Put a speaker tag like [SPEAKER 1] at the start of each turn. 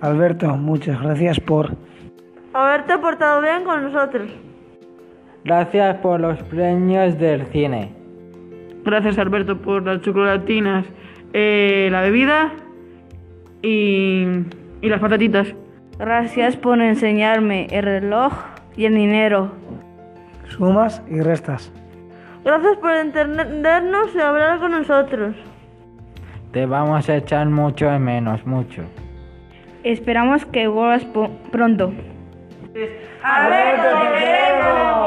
[SPEAKER 1] Alberto, muchas gracias por
[SPEAKER 2] haberte portado bien con nosotros.
[SPEAKER 3] Gracias por los premios del cine.
[SPEAKER 4] Gracias Alberto por las chocolatinas, eh, la bebida y, y las patatitas.
[SPEAKER 5] Gracias por enseñarme el reloj y el dinero.
[SPEAKER 1] Sumas y restas.
[SPEAKER 2] Gracias por entendernos y hablar con nosotros.
[SPEAKER 3] Te vamos a echar mucho de menos, mucho.
[SPEAKER 5] Esperamos que vuelvas pronto.
[SPEAKER 2] ¡A ver, te queremos!